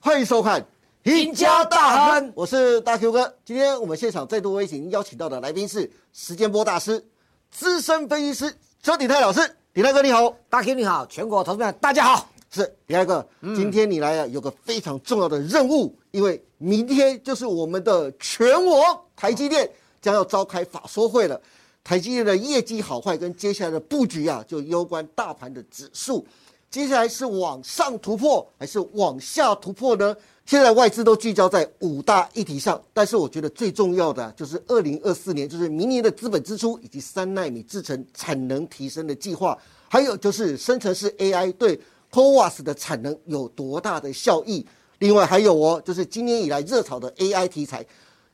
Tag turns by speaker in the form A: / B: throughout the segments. A: 欢迎收看《赢
B: 家大亨
A: 我是大 Q 哥。今天我们现场再度为您邀请到的来宾是时间波大师、资深分析师邱鼎泰老师。鼎泰哥你好，
B: 大 Q 你好，全国投资者大家好。
A: 是鼎泰哥，今天你来啊，有个非常重要的任务，因为明天就是我们的全国台积电将要召开法说会了。台积电的业绩好坏跟接下来的布局啊，就攸关大盘的指数。接下来是往上突破还是往下突破呢？现在外资都聚焦在五大议题上，但是我觉得最重要的啊就是二零二四年，就是明年的资本支出以及三纳米制程产能提升的计划，还有就是生成式 AI 对 CoWAS 的产能有多大的效益。另外还有哦，就是今年以来热炒的 AI 题材，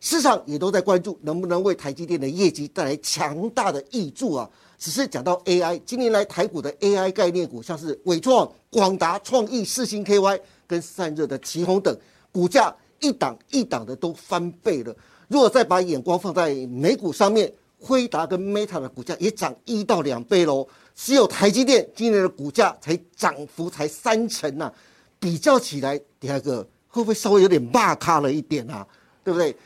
A: 市场也都在关注能不能为台积电的业绩带来强大的益助啊。只是讲到 AI，今年来台股的 AI 概念股，像是伟创、广达、创意、世星 KY 跟散热的旗宏等，股价一档一档的都翻倍了。如果再把眼光放在美股上面，辉达跟 Meta 的股价也涨一到两倍喽，只有台积电今年的股价才涨幅才三成呐、比较起来，第二个会不会稍微有点骂咖了一点啊？对不对？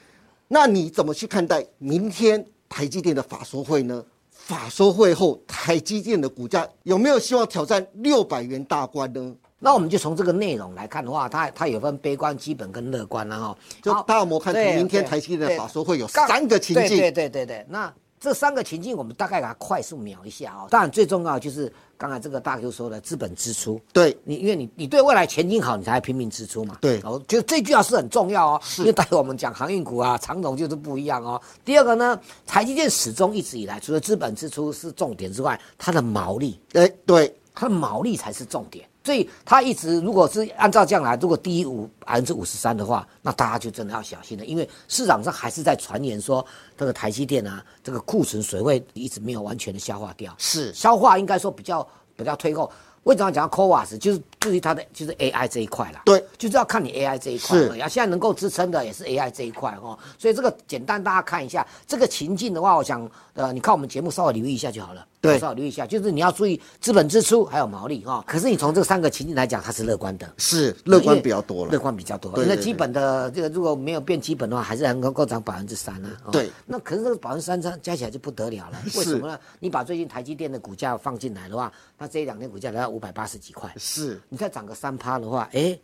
A: 那你怎么去看待明天台积电的法说会呢？法说会后，台积电的股价有没有希望挑战六百元大关呢？
B: 那我们就从这个内容来看的话，它它有分悲观、基本跟乐观了哈。
A: 就
B: 好
A: 大家有没有看出
B: 对
A: 明天
B: 对
A: 台积电的
B: 对
A: 法说会有
B: 刚
A: 三个情
B: 对对
A: 境？
B: 对对对，那这三个情境我们大概给它快速描一下啊、当然最重要的就是刚才这个大 Q 说的资本支出。
A: 对，
B: 你因为你你对未来前景好，你才拼命支出嘛。
A: 对
B: 我觉得这句话是很重要哦，
A: 是
B: 因为待会我们讲航运股啊、 长总就是不一样哦。第二个呢，台积电始终一直以来，除了资本支出是重点之外，它的毛利
A: 哎，对，
B: 它的毛利才是重点。所以它一直如果是按照这样来，如果低于五百分之五十三的话，那大家就真的要小心了，因为市场上还是在传言说这个台积电啊，这个库存水位一直没有完全的消化掉。
A: 是
B: 消化应该说比较比较推后。为什么要讲到 CoWAS？就是至于它的就是 AI 这一块啦。
A: 对
B: 就是要看你 AI 这一块
A: 是
B: 而已啊。现在能够支撑的也是 AI 这一块哦。所以这个简单大家看一下这个情境的话，我想呃，你看我们节目稍微留意一下就好了。
A: 对
B: 稍微留意一下，就是你要注意资本支出还有毛利哦。可是你从这三个情境来讲，它是乐观的。
A: 是乐
B: 因
A: 观
B: 为
A: 比较多
B: 乐
A: 了。
B: 观比较多。
A: 对对
B: 那
A: 对
B: 基本的这个如果没有变基本的话，还是能够涨百分之三啊。哦
A: 对，
B: 那可是这个百分之三加起来就不得了了，为什么呢？你把最近台积电的股价放进来的话，那这一两天股价来到五百八十几块，
A: 是，
B: 你再涨个三趴的话，哎，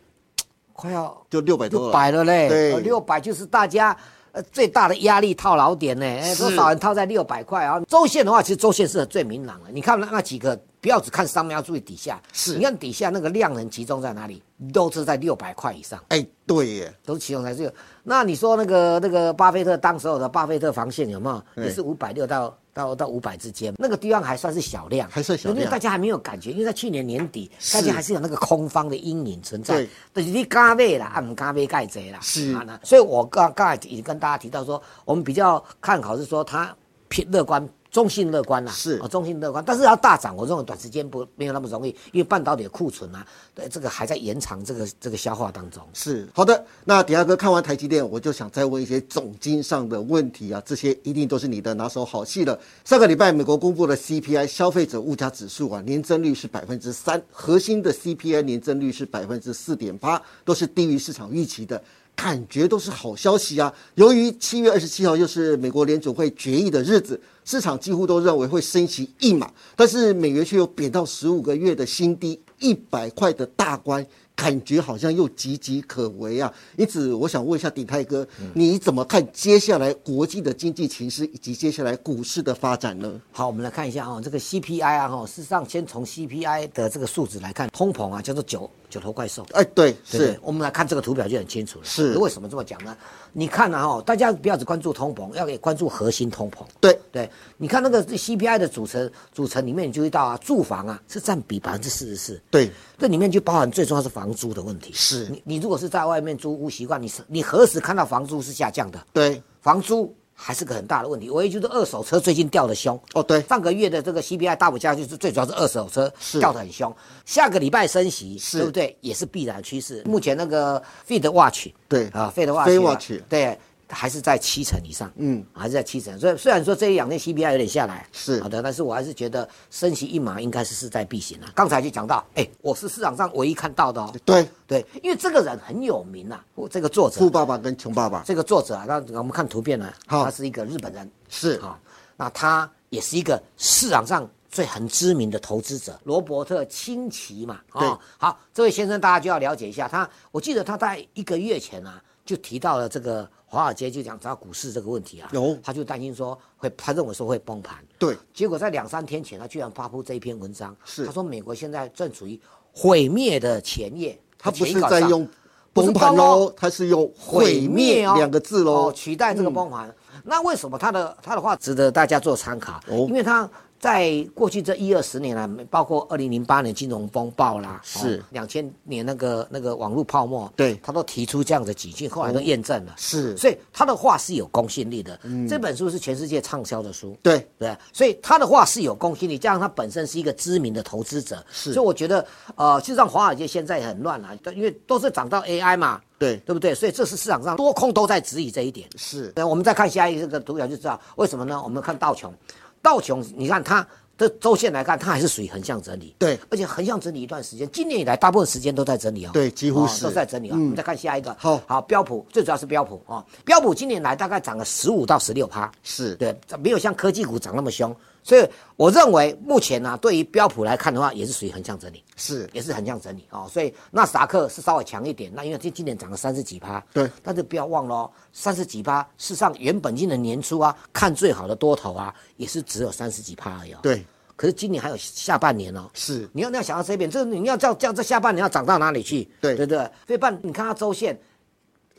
B: 快要
A: 就六百多
B: 六
A: 了。
B: 百了
A: 对
B: 嘞，呃六百就是大家。呃，最大的压力套牢点呢？哎，
A: 是
B: 多少人套在六百块啊？周线的话，其实周线是最明朗的。你看那那几个，不要只看上面，要注意底下。
A: 是
B: 你看底下那个量能集中在哪里？都是在六百块以上。
A: 哎，对耶，
B: 都是其中才是有。那你说那个那个巴菲特当时候的巴菲特防线有没有？也是五百六到到到五百之间，那个地方还算是小量，
A: 还算小量
B: 因为大家还没有感觉，因为在去年年底，
A: 是
B: 大家还是有那个空方的阴影存在
A: 对。
B: 就是你咖位啦，啊，唔咖位盖贼啦，
A: 是
B: 啊那所以我刚刚才已经跟大家提到说，我们比较看好是说它偏乐观。中性乐观啦、
A: 是
B: 哦中性乐观，但是要大涨，我认为短时间不没有那么容易，因为半导体的库存啊，对这个还在延长这个这个消化当中。
A: 是好的。那迪亚哥看完台积电，我就想再问一些总经上的问题啊，这些一定都是你的拿手好戏了。上个礼拜美国公布的 CPI 消费者物价指数啊，年增率是百分之三，核心的 CPI 年增率是百分之四点八，都是低于市场预期的。感觉都是好消息啊！由于七月二十七号又是美国联总会决议的日子，市场几乎都认为会升息一码，但是美元却又贬到十五个月的新低，一百块的大关，感觉好像又岌岌可危啊！因此，我想问一下鼎泰哥，你怎么看接下来国际的经济形势以及接下来股市的发展呢？
B: 好，我们来看一下哈、这个 CPI 啊哈、事实上先从 CPI 的这个数值来看，通膨啊叫做九九头怪兽。
A: 哎，对，
B: 对不对
A: 是，
B: 我们来看这个图表就很清楚了。
A: 是
B: 为什么这么讲呢？你看啊、哈，大家不要只关注通膨，要也关注核心通膨。
A: 对，
B: 对，你看那个 CPI 的组成组成里面，你注意到啊，住房啊是占比百分之四十四。
A: 对，
B: 这里面就包含最重要是房租的问题。
A: 是
B: 你你如果是在外面租屋习惯，你是你何时看到房租是下降的？
A: 对，
B: 房租还是个很大的问题，唯一就是二手车最近掉的凶。
A: 哦，对，
B: 上个月的这个 CPI 大幅加就是最主要是二手车
A: 是
B: 掉得很凶，下个礼拜升息，
A: 是
B: 对不对？也是必然趋势。目前那个 Fed Watch，
A: 对
B: 啊，Fed Watch，
A: 非
B: 啊
A: watch
B: 对，还是在七成以上，
A: 嗯，
B: 还是在七成。所以虽然说这一两年 CPI 有点下来，
A: 是
B: 好的，但是我还是觉得升息一码应该是势在必行啊。刚才就讲到，哎，我是市场上唯一看到的哦，
A: 对，
B: 对，因为这个人很有名啊，我这个作者
A: 富，爸爸跟穷爸爸
B: 这个作者啊，那我们看图片呢、
A: 好
B: 他是一个日本人，
A: 是
B: 好，那他也是一个市场上最很知名的投资者，罗伯特清崎嘛。哦
A: 对
B: 好，这位先生大家就要了解一下他。我记得他在一个月前啊，就提到了这个华尔街就讲到股市这个问题啊，
A: 有
B: 他就担心说会，他认为说会崩盘。
A: 对，
B: 结果在两三天前，他居然发布这一篇文章，
A: 是
B: 他说美国现在正处于毁灭的前夜，
A: 他不
B: 前
A: 是
B: 一稿
A: 在
B: 上
A: 用
B: 不是
A: 崩盘
B: 崩哦
A: 喽，他是用
B: 毁
A: 毁
B: 灭
A: 灭
B: 哦
A: 两个字嗯喽
B: 哦，。取代这个崩盘。那为什么他的他的话值得大家做参考？啊
A: 哦
B: 因为他在过去这一二十年来，包括二零零八年金融风暴啦，哦
A: 是
B: 两千、2000年那个那个网络泡沫，
A: 对哦
B: 他都提出这样的几句，后来都验证了。
A: 是嗯
B: 所以他的话是有公信力的。这本书是全世界畅销的书。
A: 对，
B: 对，所以他的话是有公信力，加上他本身是一个知名的投资者，
A: 是
B: 所以我觉得，呃，事实上华尔街现在很乱了、因为都是涨到 AI 嘛，
A: 对
B: 对不对？所以这是市场上多空都在质疑这一点。
A: 是
B: 对，我们再看下一个图表就知道为什么呢？我们看道琼，道琼，你看它的周线来看，它还是属于横向整理，
A: 对
B: 而且横向整理一段时间，今年以来大部分时间都在整理哦，
A: 对几乎
B: 哦
A: 是嗯
B: 都在整理啊、我们再看下一个，
A: 好
B: 好，标普最主要是标普啊、哦，标普今年来大概涨了十五到十六趴，
A: 是
B: 对，没有像科技股涨那么凶，所以我认为目前呢、对于标普来看的话，也是属于横向整理。
A: 是
B: 也是很像整理哦，所以纳斯达克是稍微强一点，那因为今今年涨了三十几趴，
A: 对
B: 但是不要忘了哦，三十几趴，事实上原本今年年初啊，看最好的多头啊，也是只有三十几趴而已、哦，
A: 对，
B: 可是今年还有下半年哦，
A: 是
B: 你要你要想到这边，这你要叫叫这下半年要涨到哪里去？
A: 对
B: 对不对，所以半你看它周线，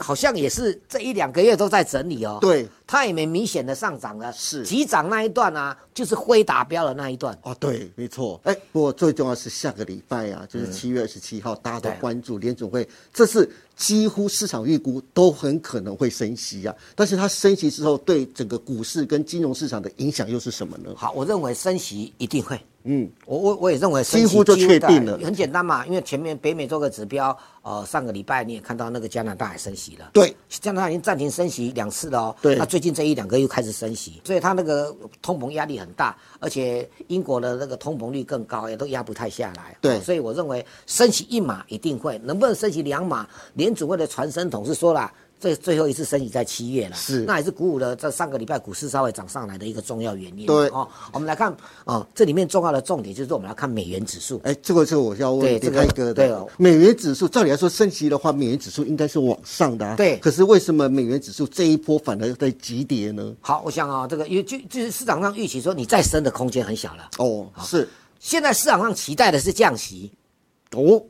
B: 好像也是这一两个月都在整理哦，
A: 对，
B: 它也没明显的上涨了，
A: 是
B: 急涨那一段啊，就是灰达标的那一段。
A: 哦，对，没错。哎，不过最重要是下个礼拜啊，就是七月二十七号，大家都
B: 嗯对啊
A: 关注联总会，这次几乎市场预估都很可能会升息啊。但是它升息之后，对整个股市跟金融市场的影响又是什么呢？
B: 好，我认为升息一定会。
A: 嗯，
B: 我我我也认为升息
A: 几乎就确定了
B: 几乎在很简单嘛，因为前面北美做个指标，呃，上个礼拜你也看到那个加拿大也升息了，
A: 对，
B: 加拿大已经暂停升息两次了哦，
A: 对
B: 那最近这一两个又开始升息，所以它那个通膨压力很大，而且英国的那个通膨率更高，也都压不太下来，
A: 对
B: 哦所以我认为升息一码一定会，能不能升息两码，联储会的传声筒是说啦。最最后一次升息在七月了，
A: 是
B: 那也是鼓舞了这上个礼拜股市稍微涨上来的一个重要原因。
A: 对
B: 哦，我们来看哦，这里面重要的重点就是我们来看美元指数。
A: 哎，这个这个我要问
B: 对
A: 李
B: 这个
A: 开哥
B: 对
A: 的
B: 哦。
A: 美元指数照理来说升息的话，美元指数应该是往上的啊。
B: 对
A: 可是为什么美元指数这一波反而在急跌呢？
B: 好，我想啊、这个因为就就是市场上预期说你再升的空间很小了。
A: 哦，是
B: 现在市场上期待的是降息，
A: 哦，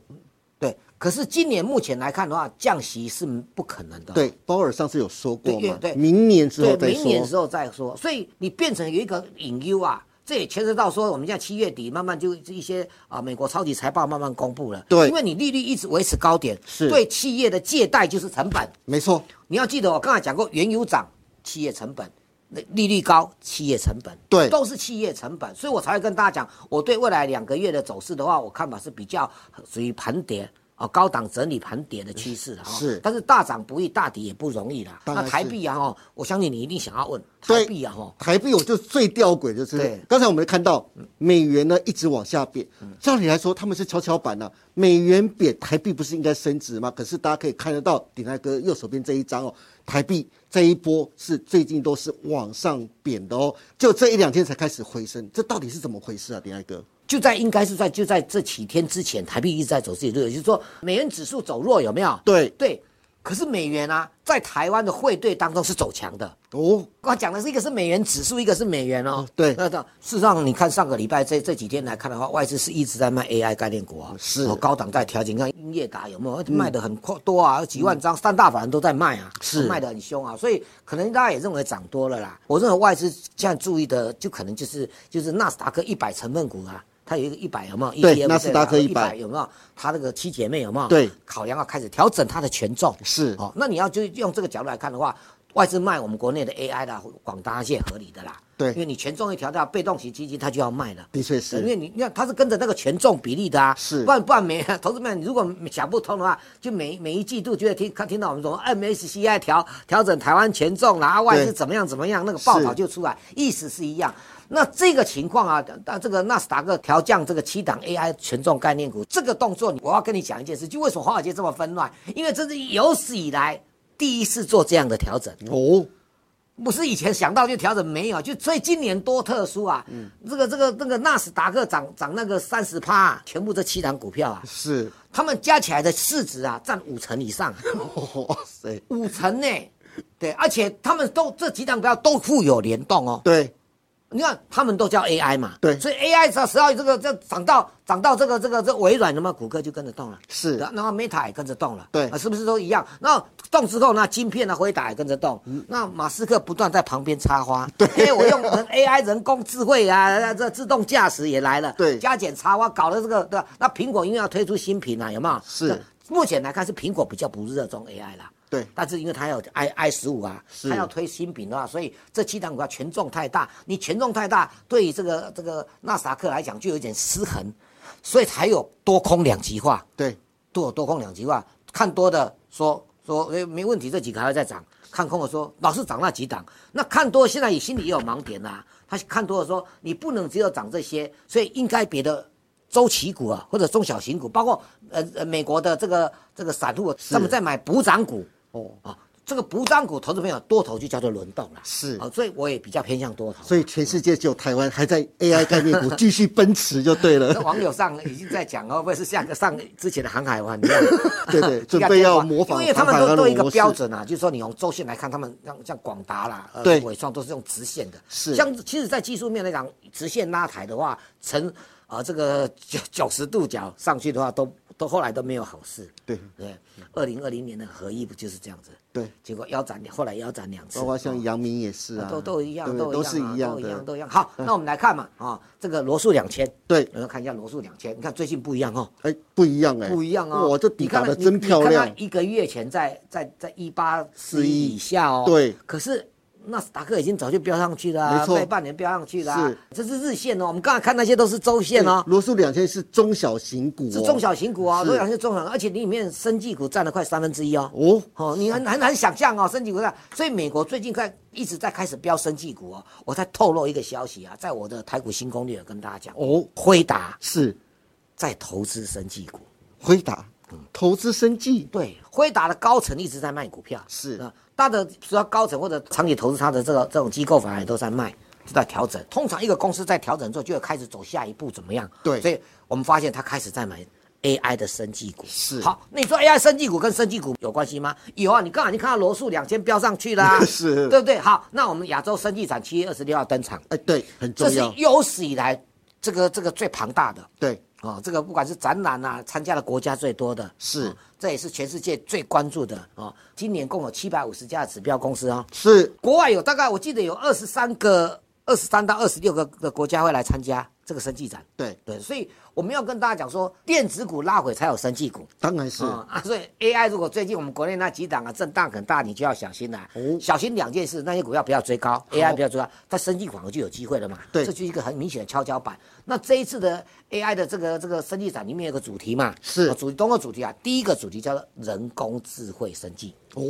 B: 对。可是今年目前来看的话，降息是不可能的。
A: 对，鲍尔上次有说过
B: 对因
A: 嘛
B: 为，对
A: 明年之后再
B: 对，明年
A: 说。
B: 之后再说。所以你变成有一个隐忧啊，这也牵涉到说我们现在七月底慢慢就一些啊美国超级财报慢慢公布了。
A: 对
B: 因为你利率一直维持高点，
A: 是
B: 对企业的借贷就是成本。
A: 没错，
B: 你要记得，我刚才讲过，原油涨，企业成本。那利率高，企业成本
A: 对
B: 都是企业成本，所以我才会跟大家讲，我对未来两个月的走势的话，我看法是比较属于盘跌啊，高档整理盘跌的趋势了哈。
A: 是
B: 但是大涨不易，大跌也不容易啦。
A: 当然
B: 那
A: 是
B: 台币啊哈，我相信你一定想要问
A: 对
B: 台币啊哈，
A: 台币我就最吊诡就是
B: 对，
A: 刚才我们看到美元呢一直往下贬，照理来说他们是跷跷板呐、美元贬，台币不是应该升值吗？可是大家可以看得到，鼎泰哥右手边这一张哦，台币这一波是最近都是往上贬的哦，就这一两天才开始回升，这到底是怎么回事啊，鼎泰哥？
B: 就在应该是在就在这几天之前，台币一直在走自己的路，也就是说美元指数走弱有没有？
A: 对
B: 对，可是美元啊，在台湾的汇兑当中是走强的。
A: 哦，
B: 刚讲的是一个是美元指数，一个是美元哦。
A: 对
B: 那那事实上，你看上个礼拜这这几天来看的话，外资是一直在卖 AI 概念股啊，
A: 是嗯
B: 哦、高档在调整。你看英业达有没有卖的很快多啊？有几万张，三大法人都在卖啊，
A: 是
B: 卖的很凶啊。所以可能大家也认为涨多了啦。我认为外资现在注意的，就可能就是就是纳斯达克一百成分股啊。它有一个一百有没有？E
A: 对
B: ETF
A: 纳斯达克
B: 一
A: 100
B: 有没有？它那个七姐妹有没有？
A: 对
B: 考量要开始调整它的权重。
A: 是
B: 哦，那你要就用这个角度来看的话，外资卖我们国内的 AI 啦、广达线合理的啦。
A: 对
B: 因为你权重一调大，被动型基金它就要卖了。
A: 的确
B: 因
A: 是
B: 为你你看它是跟着那个权重比例的啊，
A: 是
B: 不然不然每投资们你如果想不通的话，就每每一季度就会听看听到我们什哎么 MSCI 调调整台湾权重啦，啊外资
A: 对
B: 怎么样怎么样，那个报道
A: 是
B: 就出来，意思是一样。那这个情况啊，那这个纳斯达克调降这个七档 AI 权重概念股这个动作，我要跟你讲一件事，就为什么华尔街这么纷乱，因为这是有史以来第一次做这样的调整。
A: 哦，
B: 不是以前想到就调整，没有，就所以今年多特殊啊！这个这个那个纳斯达克涨涨那个三十趴，啊全部这七档股票啊，
A: 是，
B: 他们加起来的市值啊，占五成以上，
A: 哇塞，
B: 五成呢。对，而且他们都这几档股票都富有联动哦。
A: 对，
B: 你看，他们都叫 AI 嘛，
A: 对
B: 所以 AI 只要只要这个这涨到涨到这个这个这微软什么谷歌就跟着动了，
A: 是
B: 然然后 Meta 也跟着动了，
A: 对
B: 啊，是不是都一样？那动之后，那晶片啊，辉达也跟着动，
A: 嗯
B: 那马斯克不断在旁边插花， 对，哎，我用人 AI 人工智慧啊，这自动驾驶也来了，
A: 对
B: 加减插花搞了这个，对吧？那苹果因为要推出新品啊，有没有？
A: 是
B: 那目前来看是苹果比较不热衷 AI 啦。
A: 对
B: 但是因为它有 i i 十五啊，
A: 是
B: 它要推新品的话，所以这七档股票权重太大，你权重太大，对于这个这个纳斯达克来讲就有一点失衡，所以才有多空两极化，
A: 对，
B: 都有多空两极化，看多的说说哎没问题，这几个还会再涨。看空的说，老是涨那几档，那看多现在也心里也有盲点啦、啊他看多的说，你不能只有涨这些，所以应该别的周期股啊，或者中小型股，包括呃呃美国的这个这个散户啊，他们在买补涨股。
A: 哦，
B: 啊，这个补涨股投资朋友多头就叫做轮动了，
A: 是
B: 啊，所以我也比较偏向多头。
A: 所以全世界只有台湾还在 AI 概念股 继续奔驰就对
B: 这
A: 了。？
B: 网友上已经在讲，哦会不会是下个上之前的航海王一样
A: 对 对准备要模仿
B: 因为他们
A: 航海王的
B: 都都有一个
A: 模式
B: 标准啊，就是说你用周线来看，他们像像广达啦、呃
A: 对
B: 伟创都是用直线的。
A: 是
B: 像其实，在技术面来讲，直线拉抬的话，成呃这个九九十度角上去的话，都都后来都没有好事。
A: 对
B: 对，二零二零年的合一不就是这样子？
A: 对，
B: 结果腰斩，后来腰斩两次。
A: 包括像杨明也是啊，
B: 都都一样，
A: 对
B: 都
A: 不对都是
B: 一样啊
A: 一样
B: 都一样，
A: 的。嗯
B: 都一样。好，那我们来看嘛，啊，这个罗素两千，
A: 对，
B: 我们看一下罗素两千，你看最近不一样哦，
A: 哎，不一样哎，
B: 不一样哦，
A: 哇，这底
B: 你
A: 打
B: 看
A: 的
B: 它
A: 真
B: 你
A: 漂
B: 你看
A: 亮
B: 它。一个月前在在在一八四
A: 41
B: 一以下哦，
A: 对
B: 可是。纳斯达克已经早就飙上去了、啊，
A: 没错
B: 在半年飙上去了、
A: 是
B: 这是日线哦。我们刚才看那些都是周线哦，
A: 罗素两千是中小型股哦，
B: 是中小型股哦，
A: 是
B: 罗阳是中小，而且里面生技股占了快三分之一哦。
A: 哦，
B: 哦，你很很难想象哦，生技股在，所以美国最近在一直在开始标生技股哦。我在透露一个消息啊，在我的台股新攻略有跟大家讲
A: 哦
B: 辉达
A: 是
B: 在投资生技股。
A: 辉达投资生计，
B: 对，辉达的高层一直在卖股票，
A: 是
B: 啊，大的主要高层或者长期投资他的这个这种机构反而都在卖，就在调整。通常一个公司在调整之后，就会开始走下一步怎么样？
A: 对
B: 所以我们发现他开始在买 AI 的生技股。
A: 是
B: 好，那你说 AI 生技股跟生技股有关系吗？有啊，你刚好你看到罗素两千飙上去 啦、
A: 是
B: 对不对？好，那我们亚洲生技展七月二十六号登场，
A: 哎，对，很
B: 这
A: 重
B: 是
A: 要，
B: 有史以来这个这个最庞大的。
A: 对，
B: 哦，这个不管是展览啊，参加的国家最多的
A: 是
B: 哦这也是全世界最关注的哦。今年共有七百五十家的指标公司哦，
A: 是
B: 国外有大概我记得有二十三个、二十三到二十六个个国家会来参加这个生技展。
A: 对
B: 对，所以我们要跟大家讲说，电子股拉回才有生技股。
A: 当然是
B: 啊、啊，所以 AI 如果最近我们国内那几档啊震荡很大，你就要小心啦、
A: 哦
B: 小心两件事，那些股票不要追高，AI 不要追高，它升绩反而就有机会了嘛。
A: 对
B: 这就是一个很明显的跷跷板。那这一次的 AI 的这个这个升绩展里面有个主题嘛，
A: 是
B: 哦主多个主题啊。第一个主题叫做人工智慧升绩。
A: 哦，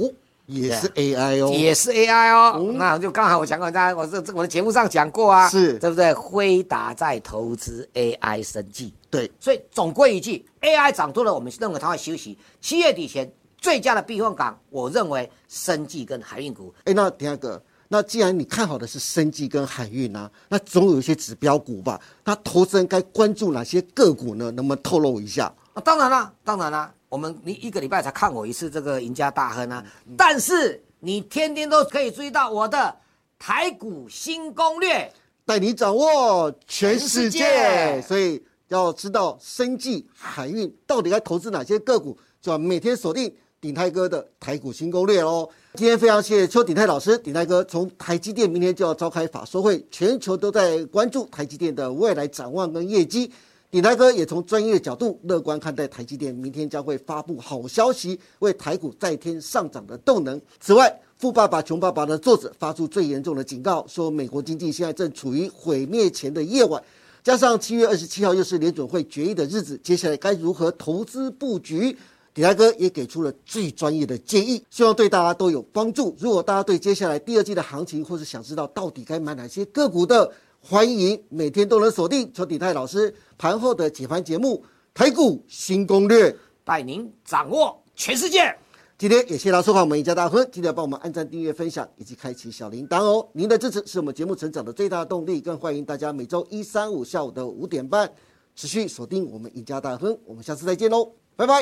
A: 也是 AI 哦，
B: 啊也是 AI 哦，那就刚好我讲过，大家我这这我的节目上讲过啊，
A: 是
B: 对不对？辉达在投资 AI 生技，
A: 对，
B: 所以总归一句，AI 涨多了，我们认为它会休息。七月底前最佳的避风港，我认为生技跟海运股。
A: 哎，那第二个。那既然你看好的是生技跟海运啊，那总有一些指标股吧？那投资人该关注哪些个股呢？能不能透露一下？
B: 啊，当然啦，当然啦，我们你一个礼拜才看我一次这个赢家大亨啊，但是你天天都可以注意到我的台股新攻略。
A: 带你掌握全世
B: 全世界
A: 界。所以要知道生计海运到底该投资哪些个股，就要每天锁定鼎泰哥的台股新攻略喽。今天非常谢谢邱鼎泰老师，鼎泰哥从台积电明天就要召开法说会，全球都在关注台积电的未来展望跟业绩。鼎泰哥也从专业角度乐观看待台积电明天将会发布好消息，为台股再添上涨的动能。此外，富爸爸穷爸爸》的作者发出最严重的警告，说美国经济现在正处于毁灭前的夜晚。加上七月二十七号又是联准会决议的日子，接下来该如何投资布局？李大哥也给出了最专业的建议，希望对大家都有帮助。如果大家对接下来第二季的行情，或是想知道到底该买哪些个股的，欢迎每天都能锁定邱鼎泰老师盘后的解盘节目《台股新攻略》。
B: 带您掌握全世界。
A: 今天也谢谢大家收看我们赢家大亨，记得帮我们按赞、订阅、分享以及开启小铃铛哦。您的支持是我们节目成长的最大动力，更欢迎大家每周一、三、五下午的五点半持续锁定我们赢家大亨。我们下次再见喽，拜拜。